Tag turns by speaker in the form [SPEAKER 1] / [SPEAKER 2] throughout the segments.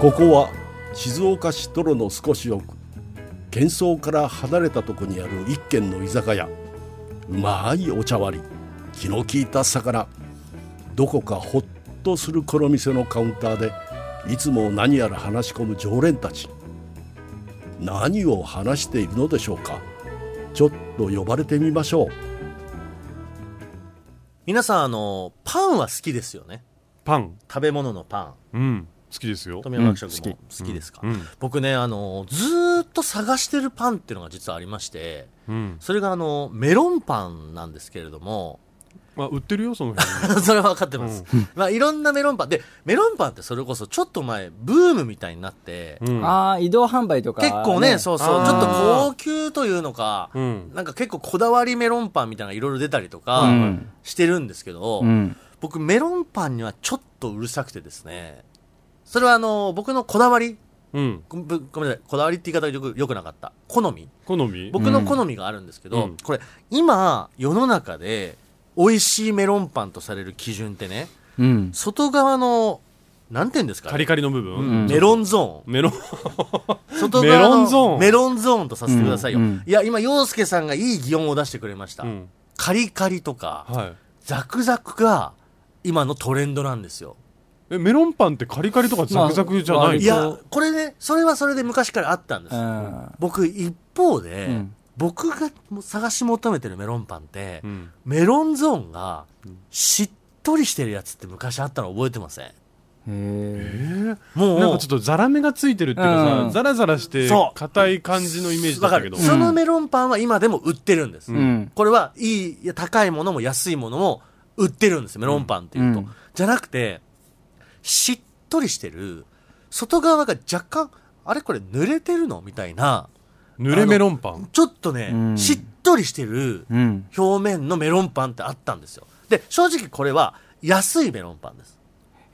[SPEAKER 1] ここは静岡市泥の少し奥喧騒から離れたとこにある一軒の居酒屋うまいお茶割り気の利いた魚どこかほっとするこの店のカウンターでいつも何やら話し込む常連たち何を話しているのでしょうかちょっと呼ばれてみましょう
[SPEAKER 2] 皆さんあのパンは好きですよね
[SPEAKER 3] パン
[SPEAKER 2] 食べ物のパン
[SPEAKER 3] うん好きですよ
[SPEAKER 2] 富山学食も好きですか、
[SPEAKER 3] うん
[SPEAKER 2] 僕ねあのずーっと探してるパンっていうのが実はありまして
[SPEAKER 3] うん
[SPEAKER 2] それがあのメロンパンなんですけれども
[SPEAKER 3] まあ売ってるよその辺
[SPEAKER 2] それは分かってます、まあ、いろんなメロンパンでメロンパンってそれこそちょっと前ブームみたいになって、
[SPEAKER 3] に、うん、
[SPEAKER 4] ああ、移動販売とか、
[SPEAKER 2] 結構ねそうそう
[SPEAKER 3] あー
[SPEAKER 2] ちょっと高級というのか、
[SPEAKER 3] うん
[SPEAKER 2] なんか結構こだわりメロンパンみたいなのがいろいろ出たりとか
[SPEAKER 4] うん
[SPEAKER 2] してるんですけど、
[SPEAKER 4] うん。
[SPEAKER 2] 僕メロンパンにはちょっとうるさくてですねそれはあの僕のこだわり
[SPEAKER 3] うん
[SPEAKER 2] ごぶごめんなさいこだわりって言い方よくよくなかった好み
[SPEAKER 3] 好み
[SPEAKER 2] 僕の好みがあるんですけど、
[SPEAKER 3] うん
[SPEAKER 2] これ今世の中で美味しいメロンパンとされる基準ってね
[SPEAKER 4] うん。
[SPEAKER 2] 外側のなんて言うんですかね
[SPEAKER 3] カリカリの部分、
[SPEAKER 4] ん
[SPEAKER 2] メロンゾーン
[SPEAKER 3] メロン
[SPEAKER 2] 外
[SPEAKER 3] メ
[SPEAKER 2] 側の
[SPEAKER 3] ロンゾーン
[SPEAKER 2] メロンゾーンとさせてくださいよ、
[SPEAKER 4] うんうん
[SPEAKER 2] いや今洋介さんがいい擬音を出してくれました、
[SPEAKER 3] うん
[SPEAKER 2] カリカリとか
[SPEAKER 3] はい
[SPEAKER 2] ザクザクが今のトレンドなんですよ
[SPEAKER 3] えメロンパンってカリカリとかザクザクじゃないの、
[SPEAKER 2] いやこれねそれはそれで昔からあったんです、
[SPEAKER 4] うん
[SPEAKER 2] 僕一方で、
[SPEAKER 4] うん
[SPEAKER 2] 僕が探し求めてるメロンパンって、
[SPEAKER 3] うん
[SPEAKER 2] メロンゾーンがしっとりしてるやつって昔あったの覚えてません
[SPEAKER 4] へえ。
[SPEAKER 2] もう
[SPEAKER 3] なんかちょっとザラメがついてるっていうかさ、
[SPEAKER 4] うん
[SPEAKER 3] ザラザラして
[SPEAKER 2] そう
[SPEAKER 3] 硬い感じのイメージだ
[SPEAKER 2] わ
[SPEAKER 3] っ
[SPEAKER 2] か
[SPEAKER 3] たけ
[SPEAKER 2] る
[SPEAKER 3] ど、
[SPEAKER 2] そのメロンパンは今でも売ってるんです、
[SPEAKER 4] うん。
[SPEAKER 2] これはいいいや高いものも安いものも売ってるんですよメロンパンっていうと、
[SPEAKER 4] うん
[SPEAKER 2] じゃなくてしっとりしてる外側が若干あれこれ濡れてるのみたいな
[SPEAKER 3] 濡れメロンパン
[SPEAKER 2] ちょっとね、
[SPEAKER 4] うん
[SPEAKER 2] しっとりしてる
[SPEAKER 4] うん。
[SPEAKER 2] 表面のメロンパンってあったんですよで正直これは安いメロンパンです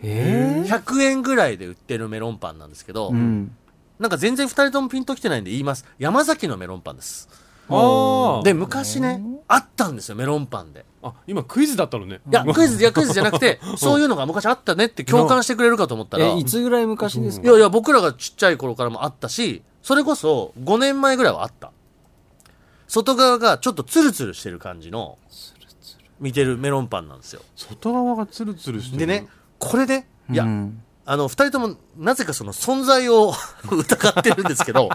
[SPEAKER 4] ええ。
[SPEAKER 2] 100円ぐらいで売ってるメロンパンなんですけど、
[SPEAKER 4] うん。
[SPEAKER 2] なんか全然2人ともピンときてないんで言います山崎のメロンパンです
[SPEAKER 3] ああ
[SPEAKER 2] で昔ねあったんですよメロンパンで
[SPEAKER 3] あ今クイズだったのね
[SPEAKER 2] いやクイズいやクイズじゃなく てそういうのが昔あったねって共感してくれるかと思ったら
[SPEAKER 4] え、い
[SPEAKER 2] い
[SPEAKER 4] つぐらい昔ですか
[SPEAKER 2] やいや僕らがちっちゃい頃からもあったしそれこそ5年前ぐらいはあった外側がちょっとツルツルしてる感じの見てるメロンパンなんですよ
[SPEAKER 3] 外側がツルツルしてる
[SPEAKER 2] でねこれでいや、
[SPEAKER 4] うん
[SPEAKER 2] あの、二人とも、なぜかその存在を 疑ってるんですけど、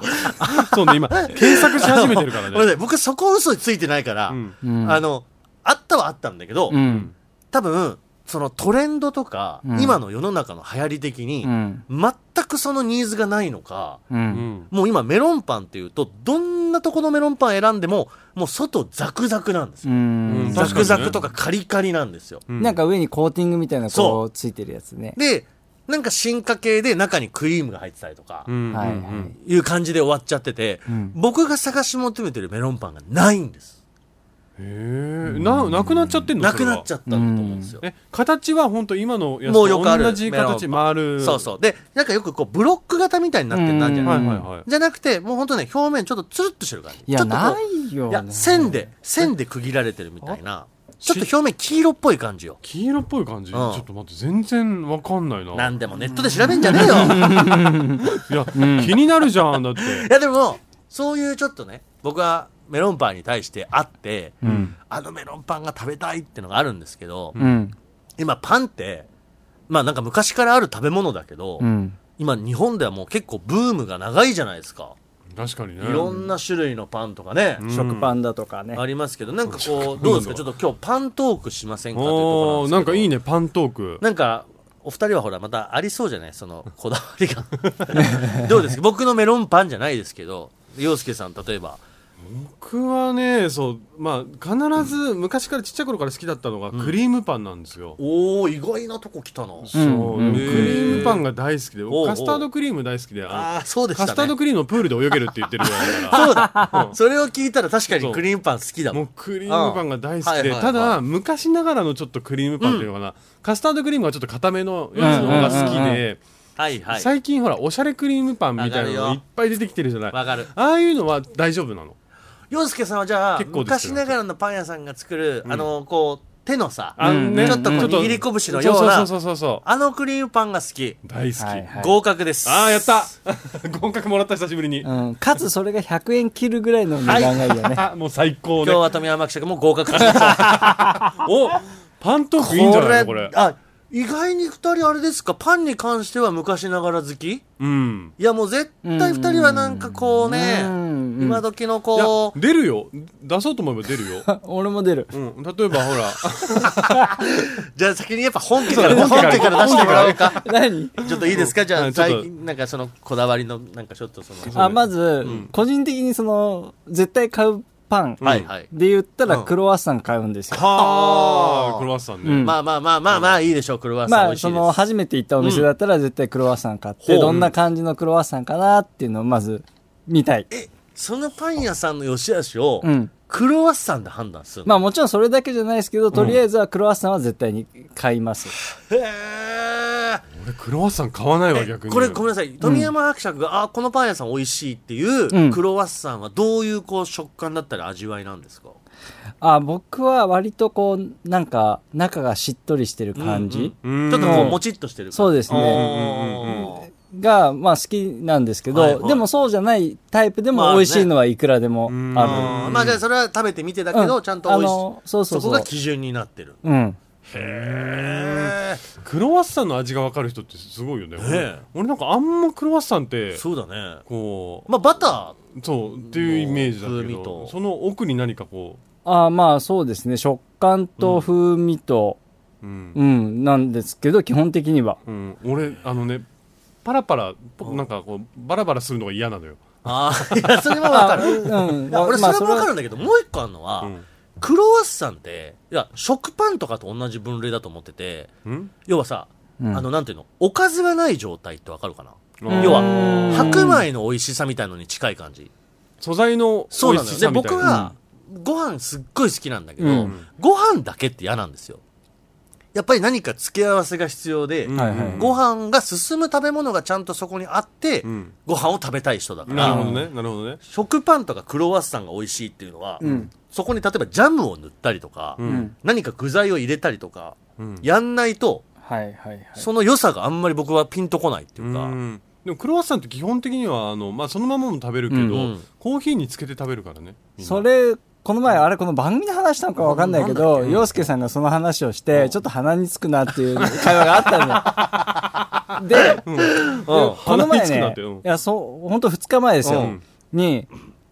[SPEAKER 3] そうね今検索し始めてるから
[SPEAKER 2] ごめんな
[SPEAKER 3] ね
[SPEAKER 2] さい、僕そこ嘘ついてないから、
[SPEAKER 3] うん
[SPEAKER 4] うん
[SPEAKER 2] あの、あったはあったんだけど、
[SPEAKER 4] うん。
[SPEAKER 2] 多分、そのトレンドとか、
[SPEAKER 4] うん
[SPEAKER 2] 今の世の中の流行り的に
[SPEAKER 4] う、ん。
[SPEAKER 2] 全くそのニーズがないのか、
[SPEAKER 4] う。
[SPEAKER 3] うんん
[SPEAKER 2] もう今メロンパンっていうと、どんなとこのメロンパン選んでも、もう外ザクザクなんです
[SPEAKER 4] う
[SPEAKER 2] よ。
[SPEAKER 4] ん。
[SPEAKER 3] うん
[SPEAKER 2] ザクザクと
[SPEAKER 3] 確か
[SPEAKER 2] かカリカリなんですよ。
[SPEAKER 3] うん
[SPEAKER 4] なんか上にコーティングみたいな
[SPEAKER 2] そ
[SPEAKER 4] こうついてるやつね。
[SPEAKER 2] で、なんか進化系で中にクリームが入ってたりとか、
[SPEAKER 3] うん
[SPEAKER 4] はいはい
[SPEAKER 3] うん
[SPEAKER 2] いう感じで終わっちゃってて、
[SPEAKER 4] うん
[SPEAKER 2] 僕が探し求めてるメロンパンがないんです。
[SPEAKER 3] へえななくなっちゃってんの
[SPEAKER 2] なくなっち
[SPEAKER 3] ゃ
[SPEAKER 2] ゃったんだと思うんですよ。
[SPEAKER 3] え形は本当今のやつ
[SPEAKER 2] もうよくあ
[SPEAKER 3] と
[SPEAKER 2] る
[SPEAKER 3] 同じ形
[SPEAKER 2] メロンパ
[SPEAKER 3] 丸
[SPEAKER 2] そうそう。で、なんかよくこうブロック型みたいになってたんじゃな
[SPEAKER 3] はい
[SPEAKER 2] い
[SPEAKER 4] うん
[SPEAKER 3] はいはい
[SPEAKER 2] じゃなくて、もう本当ね、表面ちょっとつるっとしてる感じ。
[SPEAKER 4] いや、
[SPEAKER 2] ちょっとこう
[SPEAKER 4] ないよ。
[SPEAKER 2] いや、線。で、線で区切られてるみたいな、ちょっと
[SPEAKER 3] し
[SPEAKER 2] 表面黄色っぽい感じよ。
[SPEAKER 3] 黄色っぽい感じ、
[SPEAKER 2] うん
[SPEAKER 3] ちょっと待って全然わかんないな
[SPEAKER 2] なんでもネットで調べんじゃねえ よ。
[SPEAKER 3] いや、気になるじ ゃんだって
[SPEAKER 2] いや、でも、そういうちょっとね、僕はメロンパンに対してあって、
[SPEAKER 4] うん。
[SPEAKER 2] あのメロンパンが食べたいってのがあるんですけど、
[SPEAKER 4] うん。
[SPEAKER 2] 今パンって、まあなんか昔からある食べ物だけど、
[SPEAKER 4] うん。
[SPEAKER 2] 今日本ではもう結構ブームが長いじゃないですか、
[SPEAKER 3] 確かにね
[SPEAKER 2] いろんな種類のパンとかね、
[SPEAKER 4] 食パンだとかね。
[SPEAKER 2] ありますけどなんかこうどうですかちょっと今日パントークしませんかというところ
[SPEAKER 3] おー
[SPEAKER 2] な
[SPEAKER 3] なん
[SPEAKER 2] ですけ
[SPEAKER 3] ん
[SPEAKER 2] ど
[SPEAKER 3] かいいねパントーク
[SPEAKER 2] なんかお二人はほらまたありそうじゃないそのこだわり がどうですか僕のメロンパンじゃないですけど洋介さん例えば
[SPEAKER 3] 僕はねそうまあ必ず昔からちっちゃい頃から好きだったのがクリームパンなんですよ、
[SPEAKER 2] おお意外なとこ来たな
[SPEAKER 3] そう、
[SPEAKER 4] うん
[SPEAKER 3] クリームパンが大好きで
[SPEAKER 2] うおう
[SPEAKER 3] 僕カスタードクリーム大好きで
[SPEAKER 2] あ
[SPEAKER 3] あ
[SPEAKER 2] あそうで
[SPEAKER 3] の
[SPEAKER 2] した
[SPEAKER 3] カ
[SPEAKER 2] ね
[SPEAKER 3] スタードクリームのプールで泳げるって言ってるぐらいだ か
[SPEAKER 2] そう だ、
[SPEAKER 3] うん
[SPEAKER 2] それを聞いたら確かにクリームパン好きだ
[SPEAKER 3] らも
[SPEAKER 2] もん
[SPEAKER 3] うクリームパンが大好
[SPEAKER 2] ああ
[SPEAKER 3] きで
[SPEAKER 2] はいはいはい
[SPEAKER 3] ただ昔ながらのちょっとクリームパンっていうのかな、カスタードクリームがちょっと固めのやつの方が好きで、
[SPEAKER 4] うんうんうん
[SPEAKER 2] はいはい
[SPEAKER 3] 最近ほらおしゃれクリームパンみたいな
[SPEAKER 2] わかるよ
[SPEAKER 3] のいっぱい出てきてるじゃない
[SPEAKER 2] わ
[SPEAKER 3] あ
[SPEAKER 2] かる
[SPEAKER 3] あいうのは大丈夫なの
[SPEAKER 2] 洋介さんはじゃあ
[SPEAKER 3] 結構です
[SPEAKER 2] 昔
[SPEAKER 3] よ
[SPEAKER 2] ながらのパン屋さんが作る、あのこう手のさ、
[SPEAKER 3] あのね、
[SPEAKER 2] ちょっとこう
[SPEAKER 3] ちょっと
[SPEAKER 2] 握り拳のよう
[SPEAKER 3] そ
[SPEAKER 2] な
[SPEAKER 3] うそうそうそう
[SPEAKER 2] あのクリームパンが好き
[SPEAKER 3] 大好き、
[SPEAKER 4] はいはい
[SPEAKER 2] 合格です、
[SPEAKER 3] ああやった 合格もらった久しぶりに、
[SPEAKER 4] うん、かつそれが100円切るぐらいの値段がいいよね。
[SPEAKER 3] あ もう最高ね
[SPEAKER 2] 今日は富山記者も合格しました
[SPEAKER 3] おパントークいいんじゃないのこれ
[SPEAKER 2] あ意外に2人あれですかパンに関しては昔ながら好きい
[SPEAKER 3] うん
[SPEAKER 2] やもう絶対2人はなんかこうね、
[SPEAKER 4] うん
[SPEAKER 2] 今時の
[SPEAKER 3] いや
[SPEAKER 2] こう
[SPEAKER 3] 出るよ出そうと思えば出るよ、
[SPEAKER 4] 俺も出る。
[SPEAKER 3] うん、例えばほら
[SPEAKER 2] じゃあ先にやっぱ本家から
[SPEAKER 3] そうだ
[SPEAKER 2] 本
[SPEAKER 3] ね
[SPEAKER 2] 家から出してもらおうか
[SPEAKER 4] 何
[SPEAKER 2] ちょっといいですかじゃ
[SPEAKER 3] う
[SPEAKER 2] あ
[SPEAKER 3] んちょっと
[SPEAKER 2] 最近なんかそのこだわりのなんかちょっとその
[SPEAKER 4] あ、まず、個人的にその、絶対買うパン
[SPEAKER 2] はいはい
[SPEAKER 4] で言ったら
[SPEAKER 2] うん
[SPEAKER 4] クロワッサン買うんですよ。
[SPEAKER 3] はあクロワッサンね、
[SPEAKER 4] うん
[SPEAKER 2] まあまあまあまあまあいいでしょうクロワッサン
[SPEAKER 4] ま
[SPEAKER 2] 美
[SPEAKER 4] あ、
[SPEAKER 2] 味しい
[SPEAKER 4] そ
[SPEAKER 2] です、
[SPEAKER 4] の、初めて行ったお店だったら絶対クロワッサン買って、
[SPEAKER 2] ほう
[SPEAKER 4] どんな感じのクロワッサンかなっていうのをまず見たい。
[SPEAKER 2] えそのパン屋さんの良し悪しを、
[SPEAKER 4] うん
[SPEAKER 2] クロワッサンで判断するの、
[SPEAKER 4] まあもちろんそれだけじゃないですけど、とりあえずはクロワッサンは絶対に買います。
[SPEAKER 2] へー
[SPEAKER 3] 俺クロワッサン買わないわ逆に
[SPEAKER 2] これごめんなさい富山伯爵が、あこのパン屋さん美味しいっていう、
[SPEAKER 4] うん
[SPEAKER 2] クロワッサンはどういうこう食感だったり味わいなんですか
[SPEAKER 4] あ、僕は割とこう、なんか、中がしっとりしてる感じ。
[SPEAKER 3] うん
[SPEAKER 2] ちょっとこうもちっとしてる感じ
[SPEAKER 4] そうですね
[SPEAKER 2] あー
[SPEAKER 4] が、まあ好きなんですけど、
[SPEAKER 2] はいはい
[SPEAKER 4] でもそうじゃないタイプで
[SPEAKER 2] まあ
[SPEAKER 4] も
[SPEAKER 2] ね
[SPEAKER 4] 美味しいのはいくらでもあ
[SPEAKER 2] あーまあじゃあそれは食べてみてだけど、
[SPEAKER 4] うん
[SPEAKER 2] ちゃんと美味しい
[SPEAKER 4] あのそうそうそ
[SPEAKER 2] そ
[SPEAKER 4] う
[SPEAKER 2] こが基準になってる
[SPEAKER 4] る。うん。
[SPEAKER 2] へ
[SPEAKER 3] クロワッサンの味が分かる人ってすごいよね
[SPEAKER 2] ねえ
[SPEAKER 3] 俺俺なんかあんまクロワッサンって
[SPEAKER 2] えそうだね
[SPEAKER 3] こう、
[SPEAKER 2] まあバタ
[SPEAKER 3] そうっていうイメージだ
[SPEAKER 2] 風
[SPEAKER 3] け
[SPEAKER 2] 味
[SPEAKER 3] ど
[SPEAKER 2] と
[SPEAKER 3] その奥に何かこ
[SPEAKER 4] ああまあそうですね、食感と風味と、
[SPEAKER 3] う、うん
[SPEAKER 4] うん、なんですけど、基本的には。
[SPEAKER 3] うん、俺あのねパラパラぽなんかこうバラバラするのが嫌なのよ、
[SPEAKER 2] ーああいや それはわかる
[SPEAKER 4] うん。
[SPEAKER 2] いや俺そ
[SPEAKER 4] まあ
[SPEAKER 2] れもわか
[SPEAKER 4] は
[SPEAKER 2] るんだけど、もう一個あるのは、
[SPEAKER 3] うん
[SPEAKER 2] クロワッサンっていや食パンとかと同じ分類だと思ってて
[SPEAKER 3] うん、
[SPEAKER 2] 要はさ、
[SPEAKER 4] うん
[SPEAKER 2] あのなんていうのおかずがない状態ってわかるかな
[SPEAKER 3] うん
[SPEAKER 2] 要は
[SPEAKER 4] うん
[SPEAKER 2] 白米の美味しさみたいのに近い感じ
[SPEAKER 3] 素材の美
[SPEAKER 2] そうな
[SPEAKER 3] 味
[SPEAKER 2] の
[SPEAKER 3] し
[SPEAKER 2] よで
[SPEAKER 3] さみたい
[SPEAKER 2] 僕
[SPEAKER 3] な
[SPEAKER 2] はご飯すっごい好きなんだけど、
[SPEAKER 4] うん
[SPEAKER 2] ご飯だけって嫌なんですよやっぱり何か付け合わせが必要で、
[SPEAKER 3] うん
[SPEAKER 4] はいはい
[SPEAKER 2] ご飯が進む食べ物がちゃんとそこにあって、
[SPEAKER 3] うん
[SPEAKER 2] ご飯を食べたい人だか
[SPEAKER 3] なるほ
[SPEAKER 2] ら
[SPEAKER 3] どねなるほどね
[SPEAKER 2] 食パンとかクロワッサンが美味しいっていうのは、
[SPEAKER 4] うん
[SPEAKER 2] そこに例えばジャムを塗ったりとか、
[SPEAKER 3] うん
[SPEAKER 2] 何か具材を入れたりとか、
[SPEAKER 3] うん
[SPEAKER 2] やんないと
[SPEAKER 4] はいはいはい。
[SPEAKER 2] その良さがあんまり僕はピンとこないっていううか、
[SPEAKER 3] んでもクロワッサンって基本的にはあの、まあ、そのままも食べるけど、
[SPEAKER 2] うんうん
[SPEAKER 3] コーヒーにつけて食べるからねみんな
[SPEAKER 4] それ、この前、あれ、この番組で話したのかわかんないけ
[SPEAKER 2] なんだ
[SPEAKER 4] ど、洋介さんがその話をして、ちょっと鼻につくなっていう会話があったのよ。で、でこの
[SPEAKER 3] 鼻に
[SPEAKER 4] 前
[SPEAKER 3] つくなっ
[SPEAKER 4] ね
[SPEAKER 3] てうん、
[SPEAKER 4] いや、そう、ほんと2日前です
[SPEAKER 2] う
[SPEAKER 4] よ
[SPEAKER 2] ん。
[SPEAKER 4] に、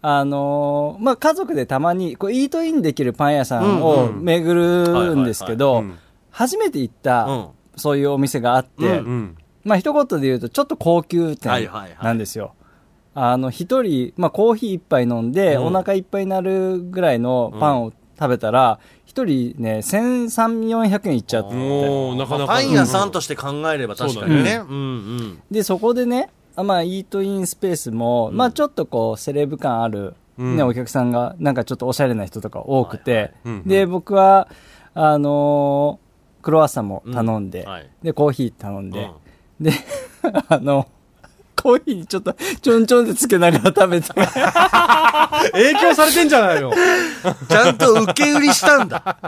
[SPEAKER 4] あのーまあ、家族でたまに、こう、イートインできるパン屋さんを巡るんですけ
[SPEAKER 3] う
[SPEAKER 4] ど
[SPEAKER 3] ん、
[SPEAKER 4] 初めて行っ
[SPEAKER 2] う
[SPEAKER 4] た
[SPEAKER 2] ん、
[SPEAKER 4] そういうお店があって
[SPEAKER 2] う
[SPEAKER 3] う、ん
[SPEAKER 4] まあ一言で言うとちょっと高級
[SPEAKER 2] はい
[SPEAKER 4] 店
[SPEAKER 2] はいはい
[SPEAKER 4] なんですよ。あの一人、まあ、コーヒー一杯飲んで、
[SPEAKER 2] うん
[SPEAKER 4] お腹いっぱいになるぐらいのパンを食べたら一人ね1300400円いっちゃって
[SPEAKER 3] おーなかなか
[SPEAKER 2] パン屋さんとして考えれば確かにね。うんうん。
[SPEAKER 4] でそこでねあまあイートインスペースも、まあちょっとこうセレブ感ある、
[SPEAKER 3] うん
[SPEAKER 4] ねお客さんがなんかちょっとおしゃれな人とか多くて、
[SPEAKER 3] はいうん
[SPEAKER 4] で僕はあのークロワッサンも頼んで、
[SPEAKER 2] うんはい
[SPEAKER 4] でコーヒー頼んで、
[SPEAKER 2] うん
[SPEAKER 4] で、 あの、コーヒーにちょっとちょんちょんでつけながら食べて、
[SPEAKER 3] 影響されてんじゃないの
[SPEAKER 2] ちゃんと受け売りしたんだ。は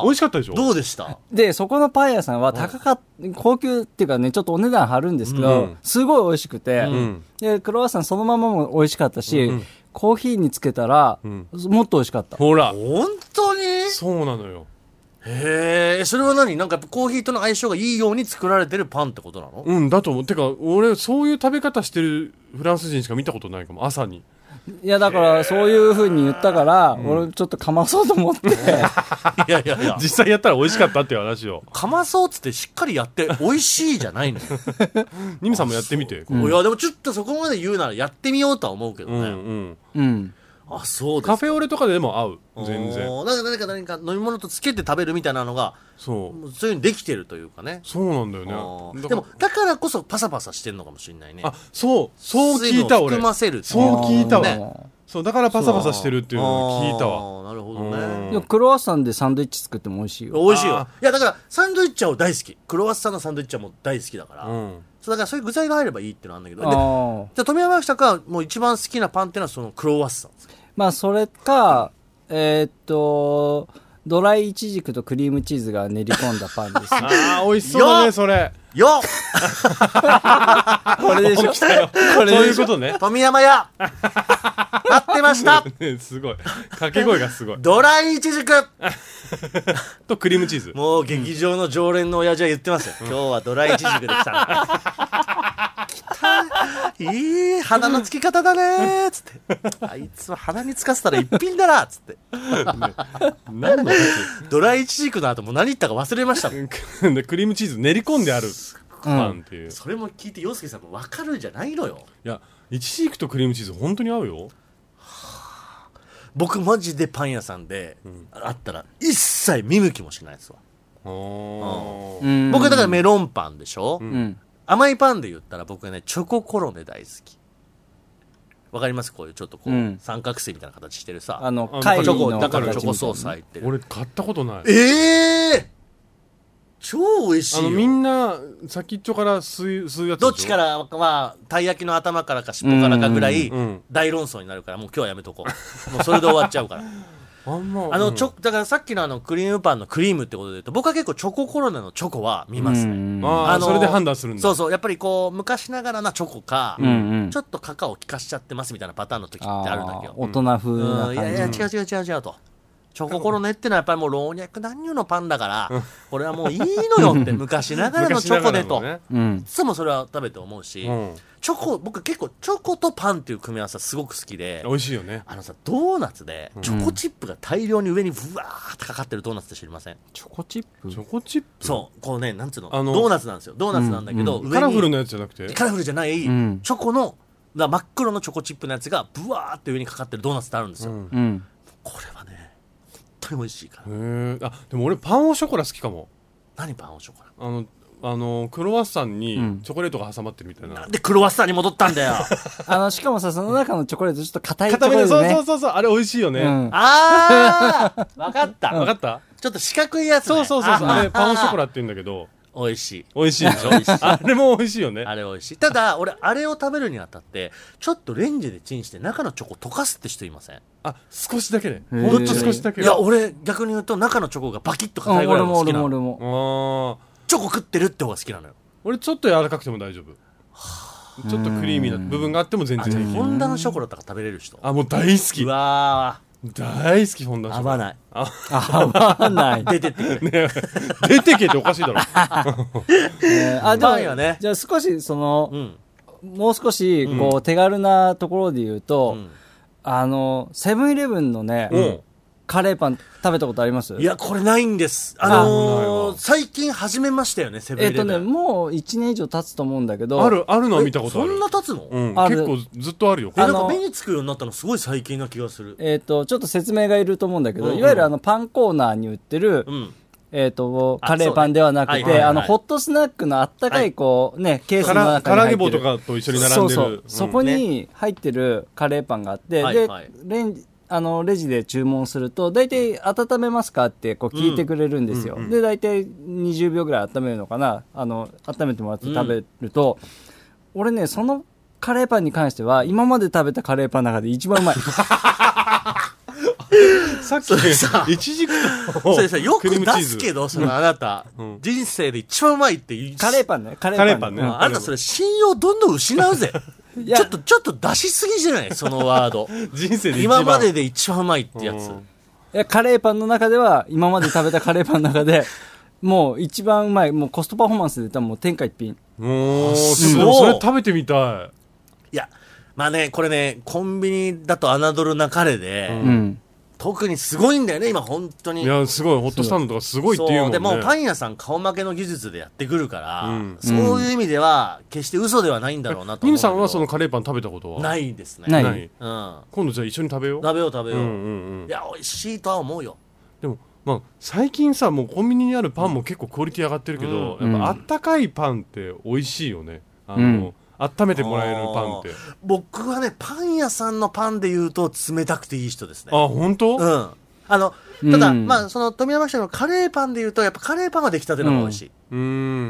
[SPEAKER 2] あ。
[SPEAKER 3] 美味しかったでしょ
[SPEAKER 2] どうでした
[SPEAKER 4] で、そこのパン屋さんは高かっ、高級っていうかね、ちょっとお値段張るんですけど、
[SPEAKER 3] うん
[SPEAKER 4] すごい美味しくて、
[SPEAKER 3] ん
[SPEAKER 4] で、クロワッサンそのままも美味しかったし、コーヒーにつけたら、
[SPEAKER 3] ん
[SPEAKER 4] もっと美味しかった。
[SPEAKER 3] ほら
[SPEAKER 2] 本当に
[SPEAKER 3] そうなのよ
[SPEAKER 2] へえ、それは何なんかやっぱコーヒーとの相性がいいように作られてるパンってことな の
[SPEAKER 3] うんだと思うてか俺そういう食べ方してるフランス人しか見たことないかも朝に
[SPEAKER 4] いや、だから、そういう風に言ったから、俺ちょっとかまそうと思って、
[SPEAKER 2] いやいやいや。
[SPEAKER 3] 実際やったら美味しかったっていう話を
[SPEAKER 2] かまそうっつってしっかりやって美味しいじゃないのよ。
[SPEAKER 3] ニムさんもやってみて
[SPEAKER 2] いや、でもちょっとそこまで言うならやってみようとは思うけど
[SPEAKER 3] うんう
[SPEAKER 2] ね。
[SPEAKER 3] ん
[SPEAKER 4] うん。
[SPEAKER 2] あ、そうで
[SPEAKER 3] カ
[SPEAKER 2] すか。
[SPEAKER 3] フェオレとかでも合う全然
[SPEAKER 2] おー。なんか何か何か飲み物とつけて食べるみたいなのが、
[SPEAKER 3] そう
[SPEAKER 2] もうそういうふうにできてるというかね。
[SPEAKER 3] そうなんだよね
[SPEAKER 2] あー
[SPEAKER 3] だ
[SPEAKER 2] で
[SPEAKER 3] から
[SPEAKER 2] もだからこそパサパサしてんのかもしれないね
[SPEAKER 3] あそうそう聞いた
[SPEAKER 2] 水分
[SPEAKER 3] 俺
[SPEAKER 2] を含ませるってい
[SPEAKER 3] そう聞いたわ、
[SPEAKER 2] ね
[SPEAKER 3] そうだからパサパサしてるっていうのを聞いたわ
[SPEAKER 2] あーなるほどね
[SPEAKER 4] でもクロワッサンでサンドイッチ作っても美味しいよ。
[SPEAKER 2] 美味しいよ
[SPEAKER 3] あ
[SPEAKER 2] いやだからサンドイッチャーを大好きクロワッサンのサンドイッチャーも大好きだから、
[SPEAKER 3] うん
[SPEAKER 2] そうだからそういう具材が入ればいいっていうのはあるんだけ
[SPEAKER 4] あ
[SPEAKER 2] どで
[SPEAKER 4] ー
[SPEAKER 2] じゃあ富山社がもう一番好きなパンっていうのはそのクロワッサンですか
[SPEAKER 4] まあ、それか、えーっと、ドライイチジクとクリームチーズが練り込んだパン です。
[SPEAKER 3] あー美味しそうだ
[SPEAKER 2] よ
[SPEAKER 3] ね それ
[SPEAKER 2] よ
[SPEAKER 4] これでしょ
[SPEAKER 3] そういうことね
[SPEAKER 2] っ富山 屋 待ってました
[SPEAKER 3] ねすごい掛け声がすごい
[SPEAKER 2] ドライイチジク
[SPEAKER 3] とクリームチーズ
[SPEAKER 2] もう劇場の常連の親父は言ってますよ、今日はドライイチジクで来たんだ来たいい鼻のつき方だねーつってあいつは鼻につかせたら一品だなつって
[SPEAKER 3] 何の
[SPEAKER 2] ドライイチジクの後もう何言ったか忘れましたもん
[SPEAKER 3] 時でクリームチーズ練 り込んであるパンっていう、い
[SPEAKER 2] それも聞いて洋介さんも分かるんじゃないのよ
[SPEAKER 3] やイチジクとクリームチーズ本当に合うよ
[SPEAKER 2] 僕マジでパン屋さんで、あったら一切見向きもしないですわ、
[SPEAKER 3] あー
[SPEAKER 4] うん
[SPEAKER 2] 僕だからメロンパンでしょ、
[SPEAKER 4] うん。
[SPEAKER 2] 甘いパンで言ったら僕ねチョココロネ大好きわかりますこういうちょっとこう、
[SPEAKER 4] うん
[SPEAKER 2] 三角形みたいな形してるさ
[SPEAKER 4] あの
[SPEAKER 3] あ、の
[SPEAKER 4] 貝
[SPEAKER 2] チョ
[SPEAKER 4] の
[SPEAKER 2] コ
[SPEAKER 4] 形
[SPEAKER 2] だ
[SPEAKER 4] みた
[SPEAKER 2] か
[SPEAKER 4] いな
[SPEAKER 2] らチョコソース入ってる
[SPEAKER 3] 俺買ったことない
[SPEAKER 2] ええー、超美味し
[SPEAKER 3] あ
[SPEAKER 2] い
[SPEAKER 3] の
[SPEAKER 2] よ
[SPEAKER 3] みんな先っちょから吸う吸うやつでし
[SPEAKER 2] ど
[SPEAKER 3] ょ
[SPEAKER 2] っちからまあたい焼きの頭からか尻尾からかぐらい
[SPEAKER 3] うんうん
[SPEAKER 2] 大論争になるからもう今日はやめとこうもうそれで終わっちゃうから
[SPEAKER 3] あんま
[SPEAKER 2] あの、ち
[SPEAKER 3] ョ
[SPEAKER 2] ょ、だからさっきのあの、クリームパンのクリームってことで言うと、僕は結構チョココロネのチョコは見ますね。
[SPEAKER 4] うん
[SPEAKER 3] ああ
[SPEAKER 2] の
[SPEAKER 3] それで判断するんだ
[SPEAKER 2] そうそう。やっぱりこう、昔ながらなチョコか、
[SPEAKER 4] うんうん
[SPEAKER 2] ちょっとカカオ効かしちゃってますみたいなパターンの時って
[SPEAKER 4] あ
[SPEAKER 2] あるんだ
[SPEAKER 4] あ
[SPEAKER 2] け
[SPEAKER 4] ー、
[SPEAKER 2] ど。
[SPEAKER 4] 大人風な
[SPEAKER 2] う
[SPEAKER 4] 感
[SPEAKER 2] ん、い
[SPEAKER 4] じ。
[SPEAKER 2] やいや、違う違う違う違うと。チョココロネってのはやっぱりもう老若男女のパンだから、これはもういいのよって、昔ながらのチョコでと。い
[SPEAKER 4] うん。
[SPEAKER 2] つもそれは食べて思うし、
[SPEAKER 3] うん
[SPEAKER 2] チョコ、僕結構チョコとパンっていう組み合わせはすごく好きで
[SPEAKER 3] 美、味しいよね
[SPEAKER 2] あのさ、ドーナツで、チョコチップが大量に上にぶわーってかかってるドーナツって知りません
[SPEAKER 4] チョコチップ
[SPEAKER 3] チョコチップ
[SPEAKER 2] そう、こうね、なんつうの、
[SPEAKER 3] あの
[SPEAKER 2] ドーナツなんですよ。ドーナツなんだけど、上に
[SPEAKER 3] カラフルなやつじゃなくて
[SPEAKER 2] カラフルじゃない、
[SPEAKER 4] ん
[SPEAKER 2] チョコの、だ真っ黒のチョコチップのやつが、ブワーって上にかかってるドーナツってあるんですよ。
[SPEAKER 3] うん
[SPEAKER 4] うん。
[SPEAKER 2] これはね、本当に美味しいから。
[SPEAKER 3] へえあでも俺パンオショコラ好きかも
[SPEAKER 2] 何パンをしようか
[SPEAKER 3] あのあのクロワッサン
[SPEAKER 4] うん
[SPEAKER 3] にチョコレートが挟まってるみたいな、
[SPEAKER 2] な。なんでクロワッサンに戻ったんだよ
[SPEAKER 4] あの、しかもさ、その中のチョコレートちょっと硬いチョコ
[SPEAKER 3] 固め
[SPEAKER 4] レ
[SPEAKER 3] で
[SPEAKER 4] ー
[SPEAKER 3] そ
[SPEAKER 4] ト
[SPEAKER 3] うそ
[SPEAKER 4] ね
[SPEAKER 3] う。そうそうあれ美味しいよね、
[SPEAKER 4] うん
[SPEAKER 2] あ ーわかった、
[SPEAKER 3] 分かった
[SPEAKER 2] ちょっと四角いやつ、ね。
[SPEAKER 3] そうそうそうそう
[SPEAKER 2] あ
[SPEAKER 3] あれパンオショコラって言うんだけど
[SPEAKER 2] 美味しい。
[SPEAKER 3] 美味しいでしょ
[SPEAKER 2] 美味しい
[SPEAKER 3] あれも美味しいよね
[SPEAKER 2] あれ美味しい。ただ、俺、あれを食べるにあたって、ちょっとレンジでチンして中のチョコ溶かすって人いません
[SPEAKER 3] あ少しだけね
[SPEAKER 4] へえ
[SPEAKER 3] ほんと少しだけ
[SPEAKER 2] いや、俺、逆に言うと中のチョコがバキッと
[SPEAKER 4] うん
[SPEAKER 2] 硬いぐら
[SPEAKER 4] 俺
[SPEAKER 2] いの
[SPEAKER 4] も
[SPEAKER 2] 好き
[SPEAKER 4] 俺
[SPEAKER 2] な
[SPEAKER 4] も
[SPEAKER 2] の
[SPEAKER 4] 俺も。
[SPEAKER 3] ああ
[SPEAKER 2] チョコ食ってるって方が好きなのよ。
[SPEAKER 3] 俺ちょっと柔らかくても大丈夫ちょっとクリーミーな部分があっても全
[SPEAKER 2] あじゃあ
[SPEAKER 3] 然平
[SPEAKER 2] ホ
[SPEAKER 3] 気
[SPEAKER 2] ンダのショコラとか食べれる人
[SPEAKER 3] あもう大好き
[SPEAKER 2] うわ
[SPEAKER 3] 大好きフォンダ
[SPEAKER 2] ー
[SPEAKER 3] ンショ
[SPEAKER 2] 合
[SPEAKER 3] コラ
[SPEAKER 2] わない
[SPEAKER 4] 合わない。
[SPEAKER 2] 出てってくれ
[SPEAKER 3] 出てけっておかしいだろ
[SPEAKER 4] ねあ、
[SPEAKER 2] パン
[SPEAKER 4] で
[SPEAKER 2] よ
[SPEAKER 4] も
[SPEAKER 2] ね
[SPEAKER 4] じゃあ少し、その
[SPEAKER 2] う、ん
[SPEAKER 4] もう少し、こう、手軽なところで言う
[SPEAKER 2] う
[SPEAKER 4] と、
[SPEAKER 2] ん
[SPEAKER 4] あの、セブンイレブンのね、
[SPEAKER 3] うん
[SPEAKER 4] カレーパン食べたことあります
[SPEAKER 2] いやこれないんですあ
[SPEAKER 3] ない
[SPEAKER 2] の
[SPEAKER 3] わ
[SPEAKER 2] ー最近始めましたよねセブン
[SPEAKER 4] え
[SPEAKER 2] イ
[SPEAKER 4] っ
[SPEAKER 2] レ
[SPEAKER 4] と
[SPEAKER 2] ブン
[SPEAKER 4] ね、もう1年以上経つと思うんだけど、
[SPEAKER 3] あるあるのは見たことあ
[SPEAKER 2] え
[SPEAKER 3] る
[SPEAKER 2] そんな経つの
[SPEAKER 3] う
[SPEAKER 2] え
[SPEAKER 3] ん
[SPEAKER 4] ある
[SPEAKER 3] 結構ずっとあるよ
[SPEAKER 4] あ
[SPEAKER 2] なん
[SPEAKER 4] の
[SPEAKER 2] か目につくようになったのすごい最近な気がする
[SPEAKER 4] えっと、ちょっと説明がいると思うんだけ
[SPEAKER 2] うん
[SPEAKER 4] ど、
[SPEAKER 2] うん
[SPEAKER 4] いわゆるあの、パンコーナーに売ってる
[SPEAKER 2] う、ん
[SPEAKER 4] えっと、
[SPEAKER 2] あ
[SPEAKER 4] カレーパンではな
[SPEAKER 2] そう
[SPEAKER 4] く
[SPEAKER 2] ねはいはい
[SPEAKER 4] て、
[SPEAKER 2] はい
[SPEAKER 4] あの、ホットスナックのあったかい、こう、ね、ケース
[SPEAKER 3] か
[SPEAKER 4] の
[SPEAKER 3] ら
[SPEAKER 4] 中
[SPEAKER 3] 唐
[SPEAKER 4] に
[SPEAKER 3] 揚げ
[SPEAKER 4] 入って
[SPEAKER 3] 棒
[SPEAKER 4] る
[SPEAKER 3] と。かと一緒に並んでる
[SPEAKER 4] そうそう、そこに入ってるカレーパンがあって、
[SPEAKER 2] はい
[SPEAKER 4] で、
[SPEAKER 2] はい
[SPEAKER 4] レンジあのレジで注文すると大体温めますかってこう聞いてくれるんですよ、で大体20秒ぐらい温めるのかなあの温めてもらって食べると、俺ねそのカレーパンに関しては今まで食べたカレーパンの中で一番うまい
[SPEAKER 3] さっき
[SPEAKER 2] それさ
[SPEAKER 3] いちじくと
[SPEAKER 2] それさよく
[SPEAKER 3] クリームチ
[SPEAKER 2] 出
[SPEAKER 3] ー
[SPEAKER 2] す
[SPEAKER 3] ズ
[SPEAKER 2] けどそのあなた
[SPEAKER 3] うん
[SPEAKER 2] 人生で一番うまいって言い
[SPEAKER 4] カレーパンねカレー
[SPEAKER 3] カ
[SPEAKER 4] パン,、
[SPEAKER 3] レーパンね
[SPEAKER 4] うん
[SPEAKER 2] あなたそれ信用どんどん失うぜ
[SPEAKER 4] い
[SPEAKER 2] ち
[SPEAKER 4] や
[SPEAKER 2] ょっとちょっと出しすぎじゃないそのワー ド
[SPEAKER 3] 人生で一番
[SPEAKER 2] 今までで一番うまいってやつ
[SPEAKER 3] うん
[SPEAKER 4] いやカレーパンの中では今まで食べたカレーパンの中で もう一番うまいもうコストパフォーマンスで言ったらもう天下一品
[SPEAKER 3] おー
[SPEAKER 2] す
[SPEAKER 3] す
[SPEAKER 2] ごい
[SPEAKER 3] ごいそれ食べてみた
[SPEAKER 2] いや、まあね、これね、コンビニだと侮るなかれで、
[SPEAKER 4] うん
[SPEAKER 2] 特にすごいんだよね、今、本当
[SPEAKER 3] い
[SPEAKER 2] に。
[SPEAKER 3] いやすごいホットスタンドとかすごいっていうも
[SPEAKER 2] そ
[SPEAKER 3] ん
[SPEAKER 2] う、
[SPEAKER 3] ね
[SPEAKER 2] でもうパン屋さん顔負けの技術でやってくるから、
[SPEAKER 3] うん
[SPEAKER 2] そういう意味では、決して嘘ではないんだろうなと思うん
[SPEAKER 3] ニム
[SPEAKER 2] だけ
[SPEAKER 3] さ
[SPEAKER 2] ど。
[SPEAKER 3] んはそのカレーパン食べたことは
[SPEAKER 2] ないですね。
[SPEAKER 4] ない
[SPEAKER 3] ない
[SPEAKER 2] うん。
[SPEAKER 3] 今度じゃあ一緒に食べよう
[SPEAKER 2] 食べよう食べよう。
[SPEAKER 3] うんうんうん
[SPEAKER 2] いや、美味しいとは思うよ。
[SPEAKER 3] でもまあ最近さもうコンビニにあるパンも結構クオリティ上がってるけど、
[SPEAKER 4] うん
[SPEAKER 3] やっぱあったかいパンって美味しいよねあの、温めてもらえるパンって
[SPEAKER 2] 僕はね、パン屋さんのパンで言うと、冷たくていい人ですね。
[SPEAKER 3] あ本当、
[SPEAKER 2] うん。あの、ただ、
[SPEAKER 4] うん
[SPEAKER 2] まあ、その、富山市のカレーパンで言うと、やっぱカレーパンは出来たての方が美味しい。
[SPEAKER 3] うー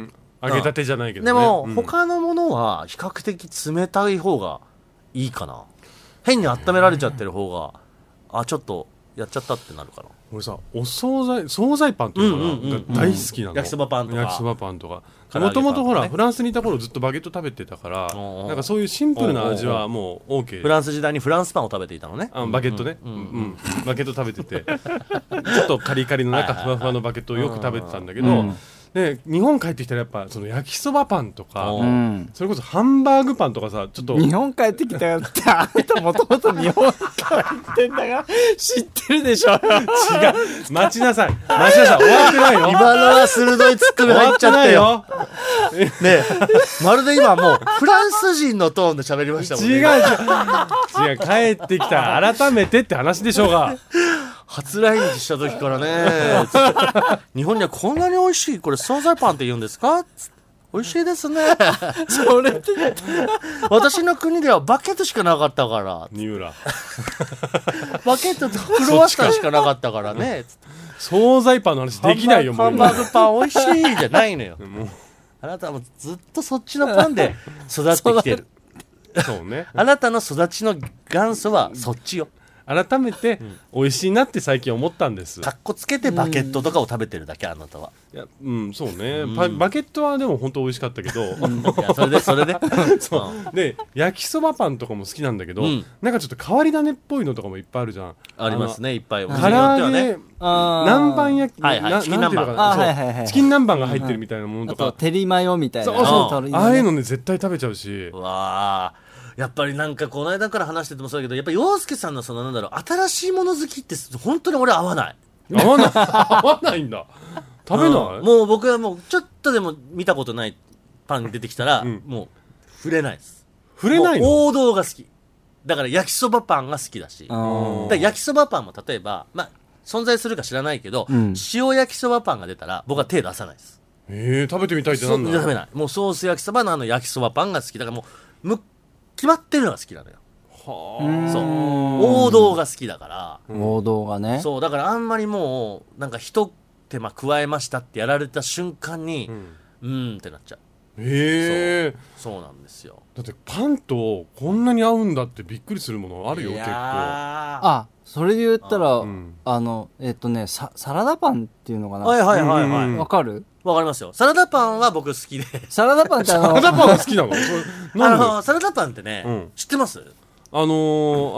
[SPEAKER 3] ん揚げたてじゃないけど、ね、
[SPEAKER 2] でも、
[SPEAKER 3] うん
[SPEAKER 2] 他のものは比較的冷たい方がいいかな変に温められちゃってる方が、あちょっとやっちゃったってなるから
[SPEAKER 3] 俺さお惣菜惣菜パンっていうのかな、
[SPEAKER 2] うんうんうん
[SPEAKER 3] が大好きなの、
[SPEAKER 2] うん焼きそばパンとか
[SPEAKER 3] 焼きそばパンとか
[SPEAKER 2] 唐揚
[SPEAKER 3] も
[SPEAKER 2] げパ
[SPEAKER 3] と
[SPEAKER 2] ンとかね
[SPEAKER 3] もとほら、フランスにいた頃ずっとバゲット食べてたから
[SPEAKER 2] おうおう
[SPEAKER 3] なんかそういうシンプルな味はもう OK
[SPEAKER 2] フランス時代にフランスパンを食べていたのね
[SPEAKER 3] あバゲットね、うんバゲット食べててちょっとカリカリの中ふわふわのバゲットをよく食べてたんだけど、
[SPEAKER 4] うん
[SPEAKER 3] で日本帰ってきたらやっぱその焼きそばパンとか、
[SPEAKER 2] お
[SPEAKER 4] うん
[SPEAKER 3] それこそハンバーグパンとかさちょっと
[SPEAKER 4] 日本帰ってきたよって、あんたもと もと日本から行ってんだが、知ってるでしょ。
[SPEAKER 3] 違う待ちなさい待ちなさい終わってないよ
[SPEAKER 2] 今のは鋭いツッコミ
[SPEAKER 3] 終
[SPEAKER 2] 入
[SPEAKER 3] わ
[SPEAKER 2] っ
[SPEAKER 3] っ
[SPEAKER 2] ちゃっ
[SPEAKER 3] てな
[SPEAKER 2] た
[SPEAKER 3] い
[SPEAKER 2] よ
[SPEAKER 3] よ
[SPEAKER 2] ねえまるで今もうフランス人のトーンで喋りましたもんね
[SPEAKER 3] 違う違う違う帰ってきたら改めてって話でしょうが
[SPEAKER 2] 初来日した時から ねつって日本にはこんなに美味しいこれ惣菜パンって言うんですかつって美味しいですね
[SPEAKER 4] それって、
[SPEAKER 2] 私の国ではバケットしかなかったから
[SPEAKER 3] 三浦
[SPEAKER 2] バケットとクロワッサンしかなかったからねつって
[SPEAKER 3] 惣菜パンの話できないよも
[SPEAKER 2] ハ
[SPEAKER 3] う
[SPEAKER 2] ンバ
[SPEAKER 3] 今
[SPEAKER 2] ーグパン美味しいじゃないのよあなたはもうずっとそっちのパンで育ってきてる
[SPEAKER 3] そうね
[SPEAKER 2] あなたの育ちの元祖はそっちよ
[SPEAKER 3] 改めて美味しいなって最近思ったんです
[SPEAKER 2] かっこつけてバケットとかを食べてるだけあなたはい
[SPEAKER 3] やうんそうねパバケットはでも本当美味しかったけど
[SPEAKER 2] いやそれでそれで そう
[SPEAKER 3] で焼きそばパンとかも好きなんだけど
[SPEAKER 2] うん
[SPEAKER 3] なんかちょっと変わり種っぽいのとかもいっぱいあるじゃん
[SPEAKER 2] ありますねいっぱいお
[SPEAKER 3] あ
[SPEAKER 2] 店によっ
[SPEAKER 3] の
[SPEAKER 2] て
[SPEAKER 3] 唐揚
[SPEAKER 2] はね
[SPEAKER 3] げ南蛮焼き
[SPEAKER 2] はいはい
[SPEAKER 3] な
[SPEAKER 2] チキン南蛮
[SPEAKER 3] なんていうのかな
[SPEAKER 4] あ
[SPEAKER 3] そう
[SPEAKER 4] はいはいはい
[SPEAKER 3] チキン南蛮が入ってるみたいなもの
[SPEAKER 4] あ
[SPEAKER 3] とか
[SPEAKER 4] と、照りマヨみたいな。
[SPEAKER 3] そうそ
[SPEAKER 4] れ
[SPEAKER 3] う
[SPEAKER 4] ね
[SPEAKER 3] ああいうのね絶対食べちゃうし
[SPEAKER 2] うわあやっぱりなんかこの間から話しててもそうだけどやっぱ洋介さんのそのなんだろう新しいもの好きって本当に俺合わない
[SPEAKER 3] 合わない合わないんだ食べない、
[SPEAKER 2] うんもう僕はもうちょっとでも見たことないパン出てきたら、
[SPEAKER 3] うん
[SPEAKER 2] もう触れないです
[SPEAKER 3] 触れないの
[SPEAKER 2] もう王道が好きだから焼きそばパンが好きだしだか
[SPEAKER 4] あ
[SPEAKER 2] ら焼きそばパンも例えばまあ存在するか知らないけど、
[SPEAKER 4] ん
[SPEAKER 2] 塩焼きそばパンが出たら僕は手出さないです
[SPEAKER 3] えー、食べてみたいって
[SPEAKER 2] そ
[SPEAKER 3] な
[SPEAKER 2] うん
[SPEAKER 3] だ
[SPEAKER 2] 食べないもうソース焼きそばのあの焼きそばパンが好きだからもうむ決まってるのが好きなのよ
[SPEAKER 3] は
[SPEAKER 2] そう
[SPEAKER 4] うん
[SPEAKER 2] 王道が好きだか
[SPEAKER 4] ー王道がね
[SPEAKER 2] ら。そうだからあんまりもうなんか一手間加えましたってやられた瞬間に
[SPEAKER 3] あ、
[SPEAKER 2] うーんってなっちゃう
[SPEAKER 3] えー、
[SPEAKER 2] そうなんですよ
[SPEAKER 3] だってパンとこんなに合うんだってびっくりするものあるよ
[SPEAKER 2] い
[SPEAKER 3] 結構
[SPEAKER 2] やー
[SPEAKER 4] あ、それで言ったら、
[SPEAKER 3] うん
[SPEAKER 4] あの、えっとね、ササラダパンっていうのかな。
[SPEAKER 2] はい
[SPEAKER 4] わ
[SPEAKER 2] はいはいはい、
[SPEAKER 3] うんうんうん
[SPEAKER 4] かる
[SPEAKER 2] わかりますよサラダパンは僕好きで
[SPEAKER 4] サラダパンってあ
[SPEAKER 3] サラダ
[SPEAKER 4] の、
[SPEAKER 3] パンが好きなのそれ
[SPEAKER 2] あ
[SPEAKER 3] なんで
[SPEAKER 2] のサラダパンってね、
[SPEAKER 3] うん
[SPEAKER 2] 知ってます
[SPEAKER 3] あの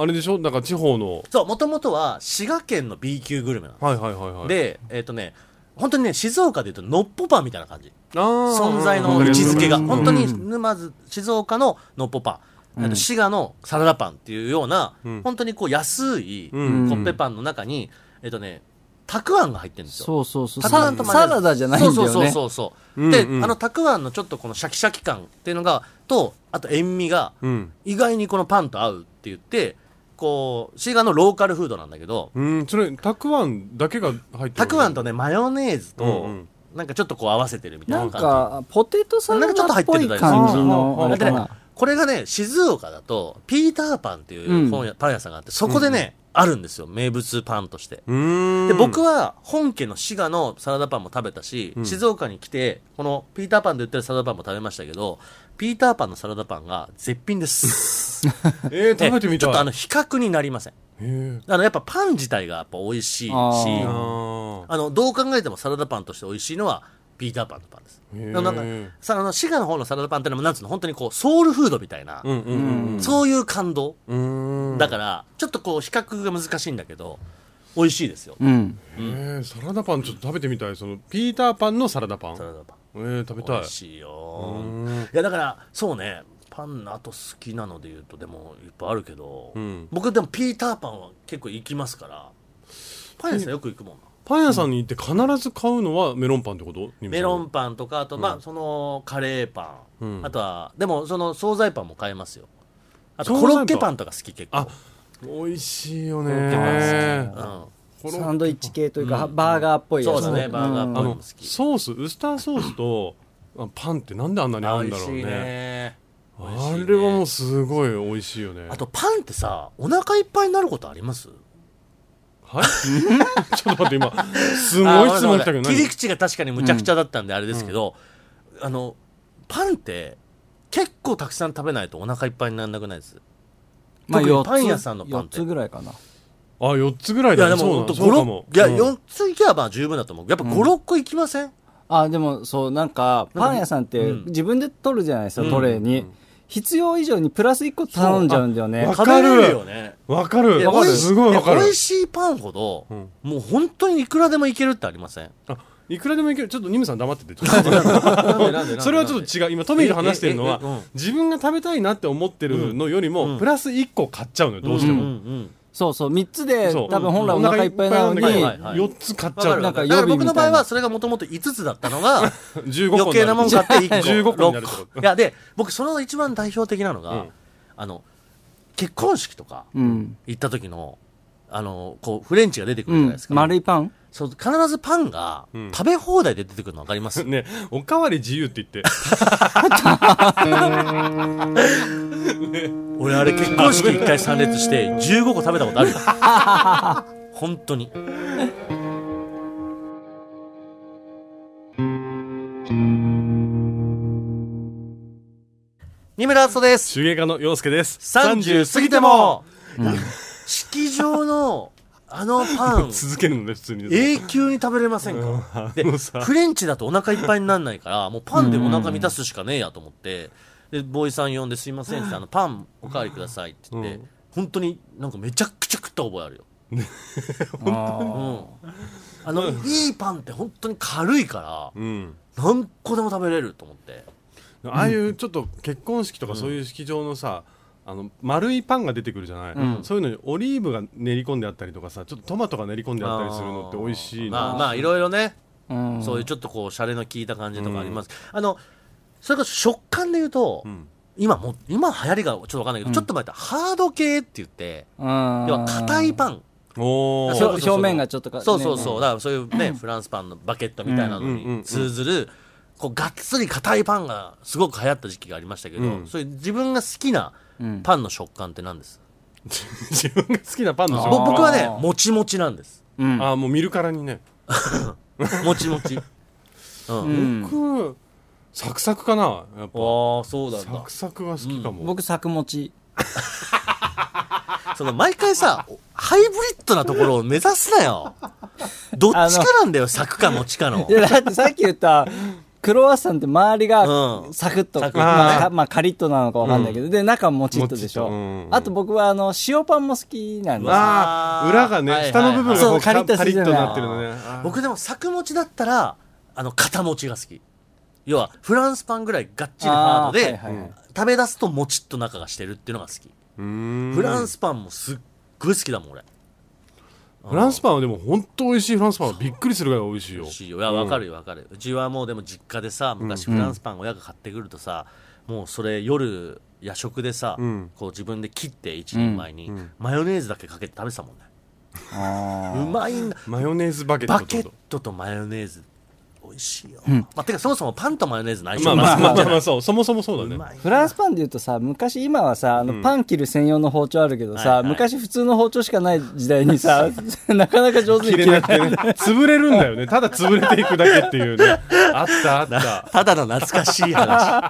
[SPEAKER 3] ー、あれでしょなんか地方の
[SPEAKER 2] そうもともとは滋賀県の B 級グルメなの、
[SPEAKER 3] はいはいはいはい
[SPEAKER 2] でえっ、とね本当にね静岡でいうとのっぽパンみたいな感じ
[SPEAKER 3] あー
[SPEAKER 2] 存在の位置づけが
[SPEAKER 3] うん
[SPEAKER 2] 本当に沼津静岡ののっぽパン、あと滋賀のサラダパンっていうような、
[SPEAKER 3] うん
[SPEAKER 2] 本当にこう安いコ
[SPEAKER 3] うん
[SPEAKER 2] ッペパンの中に、えっとねたくあんが入ってるんですよ
[SPEAKER 4] そうそうそう。
[SPEAKER 2] たくあんと混ぜ
[SPEAKER 4] サラダじゃないんだよね。
[SPEAKER 2] そうそうそうそう、
[SPEAKER 3] うん
[SPEAKER 2] で
[SPEAKER 3] うん
[SPEAKER 2] あのたくあんのちょっとこのシャキシャキ感っていうのがとあと塩味が
[SPEAKER 3] うん、
[SPEAKER 2] 意外にこのパンと合うって言ってこう滋賀のローカルフードなんだけど
[SPEAKER 3] うん、それたくあんだけが入ってる
[SPEAKER 2] たくあんとねマヨネーズと、
[SPEAKER 3] うんうん
[SPEAKER 2] なんかちょっとこう合わせてるみたい
[SPEAKER 4] な
[SPEAKER 2] なん感じ
[SPEAKER 4] か、ポテトサラダっぽい感じの、あ
[SPEAKER 3] な
[SPEAKER 4] れ
[SPEAKER 3] ん
[SPEAKER 2] で
[SPEAKER 4] か
[SPEAKER 2] ね
[SPEAKER 4] な。
[SPEAKER 2] これがね静岡だとピーターパンっていう本屋、パン屋さんがあってそこでね、あるんですよ名物パンとして
[SPEAKER 3] うーん
[SPEAKER 2] で僕は本家の滋賀のサラダパンも食べたし、
[SPEAKER 3] うん
[SPEAKER 2] 静岡に来てこのピーターパンで売ってるサラダパンも食べましたけどピーターパンのサラダパンが絶品です
[SPEAKER 3] え ー、食べてみ
[SPEAKER 2] ち
[SPEAKER 3] たい
[SPEAKER 2] ょっとあの比較になりません
[SPEAKER 3] へー
[SPEAKER 2] あのやっぱパン自体がやっぱ美味しいし
[SPEAKER 4] あー
[SPEAKER 3] あ
[SPEAKER 2] あのどう考えてもサラダパンとして美味しいのはピーターパンのパンです
[SPEAKER 3] へー
[SPEAKER 2] でもなんかさあの滋賀の方のサラダパンってのもなんつうの本当にこうソウルフードみたいな、
[SPEAKER 3] うんうんうんうん
[SPEAKER 2] そういう感動、
[SPEAKER 3] うーん
[SPEAKER 2] だからちょっとこう比較が難しいんだけど美味しいですよ
[SPEAKER 4] うん。
[SPEAKER 3] えー、サラダパンちょっと食べてみたいそのピーターパンのサラダパン
[SPEAKER 2] サラダパン
[SPEAKER 3] えー、食べたい
[SPEAKER 2] 美味しいうよ
[SPEAKER 3] ーん
[SPEAKER 2] いやだからそうねパンのあと好きなので言うとでもいっぱいあるけど、
[SPEAKER 3] うん
[SPEAKER 2] 僕でもピーターパンは結構行きますからパン屋さんよく行くもんな
[SPEAKER 3] パン屋さんに行って必ず買うのはメロンパンってこと
[SPEAKER 2] メロン
[SPEAKER 3] パ
[SPEAKER 2] パンとかあと、まあそのカレーパン、
[SPEAKER 3] うん
[SPEAKER 2] あとはでもその惣菜パンも買えますよあと
[SPEAKER 3] 惣
[SPEAKER 2] コ
[SPEAKER 3] 菜パン
[SPEAKER 2] ロッケパンとか好き結構
[SPEAKER 3] あ美味しいよね
[SPEAKER 2] コロッケパン好き、うん
[SPEAKER 3] コロッケ
[SPEAKER 4] サンドイッチ系というか、バーガーっぽいやつ
[SPEAKER 2] そうだねバーガーっぽ
[SPEAKER 3] あ
[SPEAKER 2] いのも
[SPEAKER 3] の
[SPEAKER 2] 好き
[SPEAKER 3] ソースウスターソースとあパンってなんであんなに合うんだろうね
[SPEAKER 2] 美味しい
[SPEAKER 3] あ
[SPEAKER 2] ね
[SPEAKER 3] れはもうすごい美味しいよね
[SPEAKER 2] あとパンってさお腹いっぱいになることあります
[SPEAKER 3] はい ちょっと待って今すごい質問来たけど
[SPEAKER 2] あ
[SPEAKER 3] 何
[SPEAKER 2] 切り口が確かにむちゃくちゃだったんであれですけど、あのパンって結構たくさん食べないとお腹いっぱいにならなくないです
[SPEAKER 4] まあ
[SPEAKER 2] 特に
[SPEAKER 4] 四つ
[SPEAKER 2] パン屋さんのパンって
[SPEAKER 4] 四つぐらいかな。
[SPEAKER 3] あ4つぐらい
[SPEAKER 2] いや
[SPEAKER 3] だ
[SPEAKER 2] で
[SPEAKER 3] ねそ
[SPEAKER 2] も
[SPEAKER 3] うなの
[SPEAKER 2] 5
[SPEAKER 3] そうか
[SPEAKER 2] 6
[SPEAKER 3] も
[SPEAKER 2] いや
[SPEAKER 3] うん
[SPEAKER 2] 4ついけばまあ十分だと思うやっぱ56個いきません
[SPEAKER 4] あでもそうなんかパン屋さんって
[SPEAKER 2] うん
[SPEAKER 4] 自分で取るじゃないですか、
[SPEAKER 2] うん
[SPEAKER 4] トレーに、必要以上にプラス1個頼んじゃうんだよね
[SPEAKER 3] わ
[SPEAKER 2] 食
[SPEAKER 3] か
[SPEAKER 2] べ
[SPEAKER 3] る
[SPEAKER 2] れるよね
[SPEAKER 3] わかる
[SPEAKER 2] や
[SPEAKER 3] わか
[SPEAKER 2] 美
[SPEAKER 3] る
[SPEAKER 2] 味し
[SPEAKER 3] すごいわかる
[SPEAKER 2] や美味しいパンほど
[SPEAKER 3] うん
[SPEAKER 2] もう本当にいくらでもいけるってありません
[SPEAKER 3] あいくらでもいけるちょっとニムさん黙っ ててちょっとそれはちょっと違う今トミーと話してるの
[SPEAKER 2] ええええええ
[SPEAKER 3] は
[SPEAKER 2] うん
[SPEAKER 3] 自分が食べたいなって思ってるのより
[SPEAKER 2] う
[SPEAKER 3] も
[SPEAKER 2] ん
[SPEAKER 3] プラス1個買っちゃうのよどうして
[SPEAKER 2] ん
[SPEAKER 3] も
[SPEAKER 2] ん
[SPEAKER 4] そうそう3つで
[SPEAKER 3] そ
[SPEAKER 4] 多
[SPEAKER 3] う
[SPEAKER 4] 分本来お腹いっぱいなのに、
[SPEAKER 3] お腹いっぱ
[SPEAKER 2] はい
[SPEAKER 3] いん
[SPEAKER 2] はい
[SPEAKER 3] だけど4つ買っ
[SPEAKER 2] わ
[SPEAKER 3] ち
[SPEAKER 2] か
[SPEAKER 3] ゃ
[SPEAKER 2] る
[SPEAKER 3] う
[SPEAKER 2] わ
[SPEAKER 4] なん
[SPEAKER 2] か
[SPEAKER 4] か
[SPEAKER 2] る
[SPEAKER 4] 予
[SPEAKER 2] だ
[SPEAKER 4] 備
[SPEAKER 2] から僕の場合
[SPEAKER 4] みたい
[SPEAKER 2] は
[SPEAKER 4] な
[SPEAKER 2] それがもともと5つだったの が
[SPEAKER 3] 15個
[SPEAKER 2] 余計なもん買って1
[SPEAKER 3] 15
[SPEAKER 2] 個
[SPEAKER 3] 個になるってこ
[SPEAKER 2] 6
[SPEAKER 3] と
[SPEAKER 2] 個いやで僕その一番代表的なのが、
[SPEAKER 3] うん
[SPEAKER 2] あの結婚式とか
[SPEAKER 4] うん
[SPEAKER 2] 行った時のあのこうフレンチが出てく
[SPEAKER 4] う
[SPEAKER 2] るじゃない
[SPEAKER 4] ん
[SPEAKER 2] ですか、
[SPEAKER 4] 丸いパン
[SPEAKER 2] そう必ずパンが
[SPEAKER 3] うん
[SPEAKER 2] 食べ放題で出てくるの分かります、
[SPEAKER 3] ねおかわり自由って言って
[SPEAKER 2] 俺あれ結婚式1回参列して15個食べたことあるよ 本当に二村敦人です
[SPEAKER 3] 手芸家の陽介です
[SPEAKER 2] 30過ぎても、式場のあのパ ン
[SPEAKER 3] 続けるのね普通に
[SPEAKER 2] 永久に食べれませんかで
[SPEAKER 3] もうさ
[SPEAKER 2] フレンチだとお腹いっぱいにならない からもうパンでお腹満たすしかねえやと思ってでボーイさん呼んで「すいません」ってあのパンおかわりください」って言って、
[SPEAKER 3] うん
[SPEAKER 2] 本当になんかめちゃくちゃ食った覚えあるよ、う
[SPEAKER 4] あ
[SPEAKER 2] ん、あのいいパンって本当に軽いか
[SPEAKER 3] うん
[SPEAKER 2] ら何個でも食べれると思って
[SPEAKER 3] ああいうちょっと結婚式とかそういう式場のさ、あの丸いパンが出てくるじゃない、
[SPEAKER 4] うん
[SPEAKER 3] そういうのにオリーブが練り込んであったりとかさちょっとトマトが練り込んであったりするのって美味しい
[SPEAKER 2] まあ
[SPEAKER 3] な、
[SPEAKER 2] まあいろいろね
[SPEAKER 4] ーうん
[SPEAKER 2] そういうちょっとこう、シャレの効いた感じとかあります。あの、それこそ食感で言うと、
[SPEAKER 3] うん
[SPEAKER 2] 今もう、今流行りがちょっとわかんないけど、ちょっと前だったらハード系って言って、
[SPEAKER 4] うん
[SPEAKER 2] 要は硬いパン。
[SPEAKER 3] おー
[SPEAKER 2] そう
[SPEAKER 4] 表表面がちょっとか
[SPEAKER 2] そうそうそう。
[SPEAKER 4] ね
[SPEAKER 2] だからそういうね、フランスパンのバケットみたいなの
[SPEAKER 3] うんうんうんう
[SPEAKER 2] に
[SPEAKER 3] ん
[SPEAKER 2] 通ずる、こう、がっつり硬いパンがすごく流行った時期がありましたけど、
[SPEAKER 3] うん
[SPEAKER 2] そういう自分が好きな
[SPEAKER 4] うん
[SPEAKER 2] パンの食感って何です、
[SPEAKER 3] 自分が好きなパンの
[SPEAKER 4] あ
[SPEAKER 2] ぼ
[SPEAKER 4] ー
[SPEAKER 3] 食
[SPEAKER 2] 僕はね、もちもちなんです。
[SPEAKER 4] うん
[SPEAKER 3] ああもう見るからにね
[SPEAKER 2] もちもち。うん。
[SPEAKER 4] う
[SPEAKER 2] あ
[SPEAKER 4] ん
[SPEAKER 3] 僕サクサクかなや
[SPEAKER 2] あ、
[SPEAKER 3] っぱ
[SPEAKER 2] そうなん
[SPEAKER 3] サ
[SPEAKER 2] だ
[SPEAKER 3] ク。サクが好きかも、
[SPEAKER 4] 僕作持ち
[SPEAKER 2] その毎回さ、ハイブリッドなところを目指すなよ。どっちかなんだよ、咲くか持ちかの
[SPEAKER 4] い。やだってさっき言ったクロワッサンって周り
[SPEAKER 2] う
[SPEAKER 4] が
[SPEAKER 2] ん
[SPEAKER 4] サクッと、
[SPEAKER 2] サクッとね
[SPEAKER 4] まあ、かまあカリッとなのかわかんないけど、で中もちっとでし
[SPEAKER 3] も
[SPEAKER 4] ょ、
[SPEAKER 3] ちっとうん
[SPEAKER 4] あと僕はあの塩パンも好きなんです
[SPEAKER 3] ああ裏がね、
[SPEAKER 2] はいはい
[SPEAKER 3] 下の部分が
[SPEAKER 4] そ
[SPEAKER 3] こ
[SPEAKER 4] う
[SPEAKER 3] う
[SPEAKER 4] カリッとするじゃない
[SPEAKER 3] なってるのねあー
[SPEAKER 2] 僕でも咲く持ちだったら、あの、肩持ちが好き。要は、フランスパンぐらいがっちりハードで、
[SPEAKER 4] あーはいはいはい
[SPEAKER 2] 食べ出すともちっと中がしてるっていうのが好き。
[SPEAKER 3] うーん
[SPEAKER 2] フランスパンもすっごい好きだもん、俺。
[SPEAKER 3] フランスパンはでも本当美味しいフランスパンはびっくりするぐらい美味しいよ
[SPEAKER 2] 美味しいよいやわかるよわかるうちはもうでも実家でさ昔フランスパン親が買ってくるとさ、もうそれ夜夜食でさ、
[SPEAKER 3] ん
[SPEAKER 2] こう自分で切って一人前に、マヨネーズだけかけて食べてたもんね
[SPEAKER 4] あ
[SPEAKER 2] うまいんだ
[SPEAKER 3] マヨネーズバケット
[SPEAKER 2] バ
[SPEAKER 3] って
[SPEAKER 2] ケ
[SPEAKER 3] こ
[SPEAKER 2] ットとマヨネーズ美味しいよ、まあ、てかそもそもパンとマヨネーズの相
[SPEAKER 3] と
[SPEAKER 2] 性
[SPEAKER 3] まあ
[SPEAKER 2] 抜
[SPEAKER 3] まあまあ
[SPEAKER 2] 群じ
[SPEAKER 3] ま
[SPEAKER 2] ゃない
[SPEAKER 3] あまあそうそもそもそうだね
[SPEAKER 2] うまい
[SPEAKER 4] フランスパンで言うとさ昔今はさあのパン切る専用の包丁あるけどさ、
[SPEAKER 2] はいはい
[SPEAKER 4] 昔普通の包丁しかない時代にさ なかなか上手に切れない
[SPEAKER 3] 潰れるんだよねただ潰れていくだけっていうねあったあった
[SPEAKER 2] ただの懐かしい 話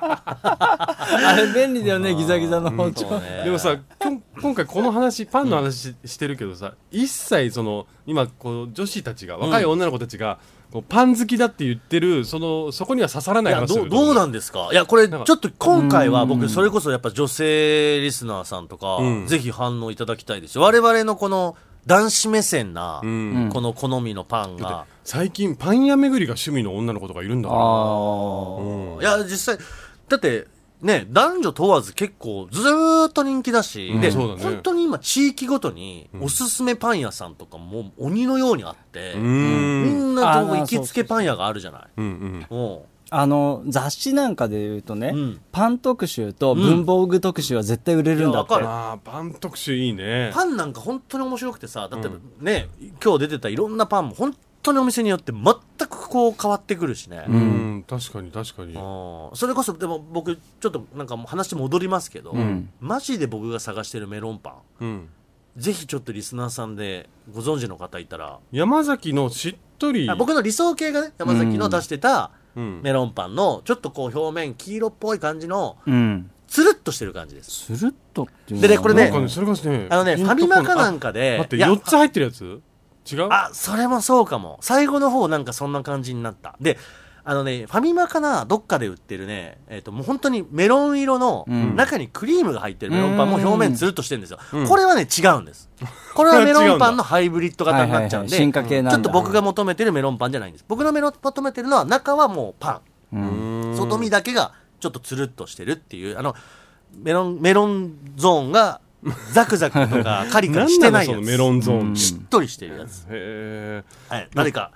[SPEAKER 4] あれ便利だよねギザギザの包丁、
[SPEAKER 2] そうね
[SPEAKER 3] でもさきょん今回この話パンの話ししてるけどさ一切その今こう女子たちが若い女の子たちがこうパン好きだって言ってるそのそこには刺さらないい
[SPEAKER 2] や
[SPEAKER 3] 話す
[SPEAKER 2] どう
[SPEAKER 3] る
[SPEAKER 2] どうなんですかいやこれち
[SPEAKER 3] な
[SPEAKER 2] ょ
[SPEAKER 3] ん
[SPEAKER 2] っ
[SPEAKER 3] か
[SPEAKER 2] と今回は僕それこそやっぱ女性リスナーさんとか、
[SPEAKER 3] うん
[SPEAKER 2] ぜひ反応いただきたいですよ我々のこの男子目線な、
[SPEAKER 3] うん
[SPEAKER 2] この好みのパンが、
[SPEAKER 3] 最近パン屋巡りが趣味の女の子とかいるんだから
[SPEAKER 4] あ
[SPEAKER 2] いや実際だってね男女問わず結構ずーっと人気だし、
[SPEAKER 3] うん
[SPEAKER 2] で
[SPEAKER 3] そうだね
[SPEAKER 2] 本当に今地域ごとにおすすめパン屋さんとかもう鬼のようにあって、
[SPEAKER 3] うー
[SPEAKER 2] み
[SPEAKER 3] ん
[SPEAKER 2] んな
[SPEAKER 4] あ
[SPEAKER 2] どう
[SPEAKER 4] ー
[SPEAKER 2] 行きつけパン屋があるじゃない
[SPEAKER 3] うんうん
[SPEAKER 2] うん
[SPEAKER 4] あの雑誌なんかで言うとね、
[SPEAKER 2] うん
[SPEAKER 4] パン特集と文房具特集は絶対売れるんだって、
[SPEAKER 2] うんいやわか
[SPEAKER 3] あーパン特集いいね
[SPEAKER 2] パンなんか本当に面白くてさだってね、今日出てたいろんなパンも本当にお店によって全くこう変わってくるしね、
[SPEAKER 3] うん確かに確かに
[SPEAKER 2] うんそれこそでも僕ちょっとなんかもう話戻りますけど、
[SPEAKER 4] ん
[SPEAKER 2] マジで僕が探してるメロンパン
[SPEAKER 3] うん
[SPEAKER 2] ぜひちょっとリスナーさんでご存知の方いたら、
[SPEAKER 3] 山崎のしっとり
[SPEAKER 2] あ僕の理想系がね山崎の出してた
[SPEAKER 3] うん
[SPEAKER 2] メロンパンのちょっとこう表面黄色っぽい感じの
[SPEAKER 4] うん
[SPEAKER 2] つるっとしてる感じです
[SPEAKER 4] つるっとっていうの
[SPEAKER 2] で
[SPEAKER 4] は
[SPEAKER 2] ねこれ
[SPEAKER 3] な
[SPEAKER 2] ね
[SPEAKER 3] んかねそれがね
[SPEAKER 2] あのね
[SPEAKER 3] ピ
[SPEAKER 2] フ
[SPEAKER 3] ンと
[SPEAKER 2] ァ
[SPEAKER 3] こな
[SPEAKER 2] ミマかなん
[SPEAKER 3] あ
[SPEAKER 2] かで
[SPEAKER 3] 待って
[SPEAKER 2] いや
[SPEAKER 3] 4つ入ってるやつ違う
[SPEAKER 2] あそれもそうかも最後の方なんかそんな感じになったであのねファミマかなどっかで売ってるね、えっともう本当にメロン色の
[SPEAKER 4] うん
[SPEAKER 2] 中にクリームが入ってるメロンパンも
[SPEAKER 4] うん
[SPEAKER 2] 表面つるっとしてるんですよ、
[SPEAKER 3] うん
[SPEAKER 2] これはね違うんですこれはメロンパンのハイブリッド型になっちゃうんで、
[SPEAKER 4] はいはいはい進化系なん
[SPEAKER 2] ち
[SPEAKER 4] だ
[SPEAKER 2] ょっと僕が求めてるメロンパンじゃないんです僕のメロンパン求めてるのは中はもうパ
[SPEAKER 4] う
[SPEAKER 3] うん
[SPEAKER 2] ン
[SPEAKER 3] ーん
[SPEAKER 2] 外見だけがちょっとつるっとしてるっていうあのメロンメロンゾーンがザクザクとかカリカリして
[SPEAKER 3] んな
[SPEAKER 2] な
[SPEAKER 3] の
[SPEAKER 2] い
[SPEAKER 3] そ
[SPEAKER 2] や
[SPEAKER 3] の
[SPEAKER 2] つ
[SPEAKER 3] メロンゾーンっ
[SPEAKER 2] してっとりしてるやつ
[SPEAKER 3] へえ
[SPEAKER 2] はい、誰か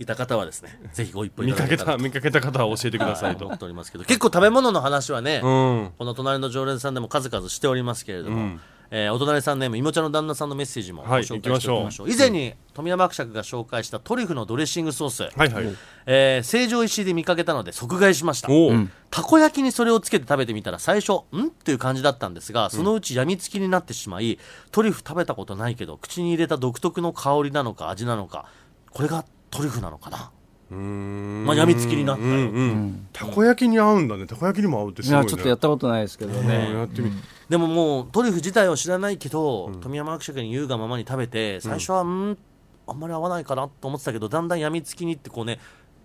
[SPEAKER 2] いた方はですね、ぜひご一歩い
[SPEAKER 3] 見
[SPEAKER 2] ただ
[SPEAKER 3] か
[SPEAKER 2] け
[SPEAKER 3] け
[SPEAKER 2] たら
[SPEAKER 3] た
[SPEAKER 2] と
[SPEAKER 3] 見かけた方は教えてくださいと
[SPEAKER 2] 思っておりますけど、結構食べ物の話はね、
[SPEAKER 3] うん
[SPEAKER 2] この隣の常連さんでも数々しておりますけれども、
[SPEAKER 3] うん
[SPEAKER 2] えーお隣さんネームいもちゃんの旦那さんのメッセージもご
[SPEAKER 3] はい
[SPEAKER 2] 紹介しておきましょう,、以前に富山伯爵が紹介したトリュフのドレッシングソース、
[SPEAKER 3] はいはい
[SPEAKER 2] えー成城石井で見かけたので即買いしました
[SPEAKER 3] おお
[SPEAKER 2] たこ焼きにそれをつけて食べてみたら最初んっていう感じだったんですがそのうちやみつきになってしまい、トリュフ食べたことないけど口に入れた独特の香りなのか味なのかこれがトリュフなのかなま
[SPEAKER 3] ま
[SPEAKER 2] あやみつきになったよ
[SPEAKER 3] たこ焼きに合うんだねたこ焼きにも合うって
[SPEAKER 4] い
[SPEAKER 3] すごい
[SPEAKER 4] や
[SPEAKER 3] ね
[SPEAKER 4] ちょっとやったことないですけどね
[SPEAKER 3] うんやってみ
[SPEAKER 2] でももうトリュフ自体を知らないけど、富山伯爵に言うがままに食べて最初は、うん、あんまり合わないかなと思ってたけどだんだんやみつきにってこうね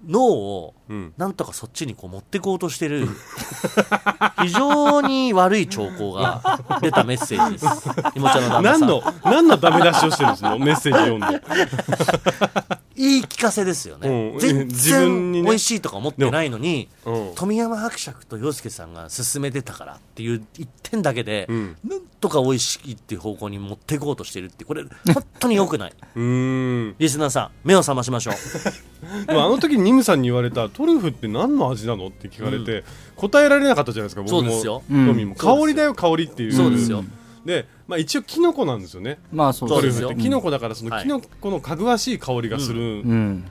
[SPEAKER 2] 脳を
[SPEAKER 3] うん
[SPEAKER 2] なんとかそっちにこう持ってこうとしてる 非常に悪い兆候 が出たメッセージです。いもちゃんの旦那
[SPEAKER 3] 何
[SPEAKER 2] さん
[SPEAKER 3] の何のダメ出しをしてるんですのメッセージ読んで
[SPEAKER 2] いい聞かせですよね、
[SPEAKER 3] うん
[SPEAKER 2] 全
[SPEAKER 3] 自分に
[SPEAKER 2] 然
[SPEAKER 3] ね
[SPEAKER 2] 美味しいとか思ってないのに、
[SPEAKER 3] うん
[SPEAKER 2] 富山伯爵と洋介さんが勧めてたからっていう一点だけで、
[SPEAKER 3] ん
[SPEAKER 2] なんとか美味しいっていう方向に持っていこうとしてるってこれ 本当に良くない
[SPEAKER 3] うーん
[SPEAKER 2] リスナーさん目を覚ましま しょう
[SPEAKER 3] でもあの時にニムさんに言われたトリュフって何の味なのって聞かれて、答えられなかったじゃないですか僕も
[SPEAKER 2] そうですよ
[SPEAKER 3] トミ
[SPEAKER 2] そ
[SPEAKER 3] ーも
[SPEAKER 2] うですよ
[SPEAKER 3] 香りだよ香りっていう
[SPEAKER 2] そうですよ
[SPEAKER 3] で、まあ、一応キノコなんですよね
[SPEAKER 4] まあそう
[SPEAKER 2] そう
[SPEAKER 3] ト
[SPEAKER 2] で
[SPEAKER 3] リュ
[SPEAKER 2] す
[SPEAKER 3] フ
[SPEAKER 2] よ
[SPEAKER 3] ってキノコだからそ
[SPEAKER 2] は
[SPEAKER 3] の
[SPEAKER 2] い
[SPEAKER 3] キノコのかぐわしい香りがする、
[SPEAKER 4] うん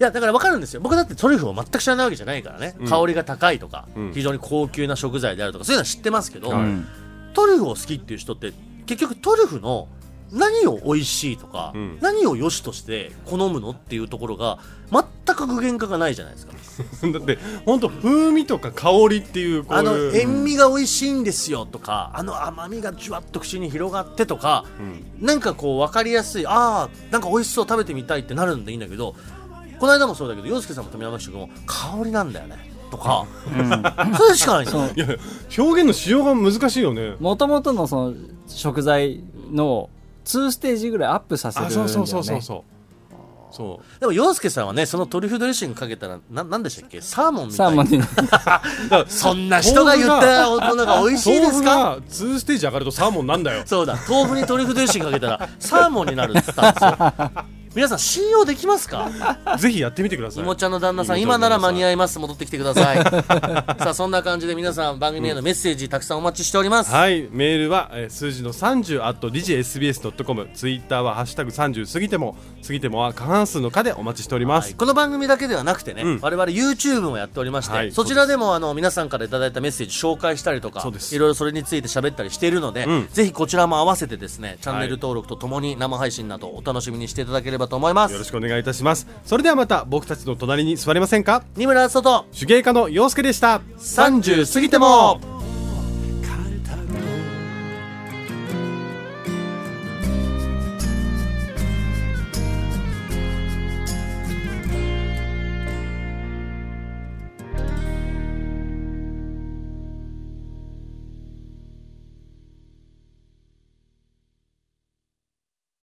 [SPEAKER 2] いやだから分かるんですよ僕だってトリュフを全く知らないわけじゃないからね、香りが高いとか、
[SPEAKER 3] うん
[SPEAKER 2] 非常に高級な食材であるとかそういうのは知ってますけど、
[SPEAKER 4] う
[SPEAKER 3] はい
[SPEAKER 4] ん
[SPEAKER 2] トリュフを好きっていう人って結局トリュフの何を美味しいとか、
[SPEAKER 3] うん
[SPEAKER 2] 何を良しとして好むのっていうところが全く具現化がないじゃないですか
[SPEAKER 3] だって本当風味とか香りっていうこう
[SPEAKER 2] あの
[SPEAKER 3] いう
[SPEAKER 2] 塩味が美味しいんですよとかあの甘みがじゅわっと口に広がってとか、なんかこう分かりやすいあーなんか美味しそう食べてみたいってなるんでいいんだけどこの間もそうだけど洋介さんも富山市君も香りなんだよねとか、それしかないんですよ
[SPEAKER 4] そう
[SPEAKER 3] いや表現のしようが難しいよね
[SPEAKER 4] もともとのその食材の2ステージぐらいアップさせるん
[SPEAKER 3] あ
[SPEAKER 4] だよ
[SPEAKER 3] そう
[SPEAKER 4] ね
[SPEAKER 3] そうそうそうそうそう
[SPEAKER 2] でも洋介さんはねそのトリュフドレッシングかけたらななんでしたっけサーモンみ
[SPEAKER 4] サ
[SPEAKER 2] た
[SPEAKER 4] ー
[SPEAKER 2] い
[SPEAKER 4] モ
[SPEAKER 2] な
[SPEAKER 4] ンに
[SPEAKER 2] そんな人が言った大人が美味しいで
[SPEAKER 3] 豆
[SPEAKER 2] す
[SPEAKER 3] 腐
[SPEAKER 2] か
[SPEAKER 3] が2ステージ上がるとサーモンなんだ よ
[SPEAKER 2] そうだ豆腐にトリュフドレッシングかけたらサーモンになるって言ったんですよ皆さん信用できますか
[SPEAKER 3] ぜひやってみてくださ
[SPEAKER 2] い
[SPEAKER 3] い
[SPEAKER 2] もちゃんの旦那さん
[SPEAKER 3] いもち
[SPEAKER 2] 今
[SPEAKER 3] ゃん
[SPEAKER 2] な
[SPEAKER 3] の旦那さん
[SPEAKER 2] ら間に合います戻ってきてください さあそんな感じで皆さん番組へのメッセージたくさんお待ちしております、
[SPEAKER 3] はい、メールは、えー数字の30 at digsbs.com ツイッターは「ハッシュタグ #30 過ぎても過ぎても」は過半数の「か」でお待ちしておりま
[SPEAKER 2] はい
[SPEAKER 3] す、
[SPEAKER 2] この番組だけではなくてね、
[SPEAKER 3] うん
[SPEAKER 2] 我々 YouTube もやっておりまして、
[SPEAKER 3] はい
[SPEAKER 2] そちらでもあの皆さんからいただいたメッセージ紹介したりとか
[SPEAKER 3] そうです
[SPEAKER 2] いろいろそれについて喋ったりしているので、
[SPEAKER 3] うん
[SPEAKER 2] ぜひこちらも合わせてですねチャンネル登録とともに生配信などお楽しみにしていただければと思います、
[SPEAKER 3] よろしくお願いいたしますそれではまた僕たちの隣に座りませんか
[SPEAKER 2] 二村敦人と
[SPEAKER 3] 手芸家の洋介でした
[SPEAKER 2] 30過ぎても